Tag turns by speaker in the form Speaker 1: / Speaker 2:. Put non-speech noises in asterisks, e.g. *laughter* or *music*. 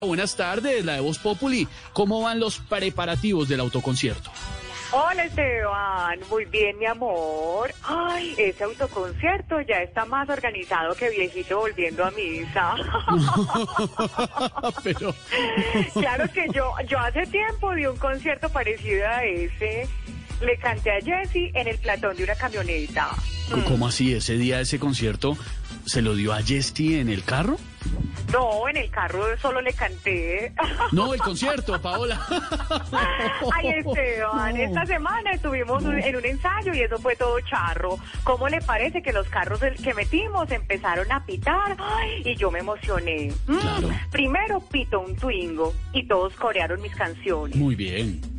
Speaker 1: Buenas tardes, la de Voz Populi. ¿Cómo van los preparativos del autoconcierto? *laughs*
Speaker 2: Hola Esteban, muy bien mi amor. Ay, ese autoconcierto ya está más organizado que viejito volviendo a misa. *laughs*
Speaker 1: Ah, Pero
Speaker 2: Claro que yo, yo hace tiempo di un concierto parecido a ese. Le canté a Jesse en el platón de una camioneta.
Speaker 1: ¿Cómo así? Ese día, ese concierto, ¿se lo dio a Jesty en el carro?
Speaker 2: No, en el carro solo le canté. *laughs*
Speaker 1: No, el concierto, Paola.
Speaker 2: Ay, este. Esteban,
Speaker 1: No. *laughs*
Speaker 2: esta semana estuvimos un- en un ensayo y eso fue todo charro. ¿Cómo le parece que los carros el- que metimos empezaron a pitar? Ay, y yo me emocioné. Mm,
Speaker 1: Claro.
Speaker 2: Primero pito un Twingo y todos corearon mis canciones.
Speaker 1: Muy bien.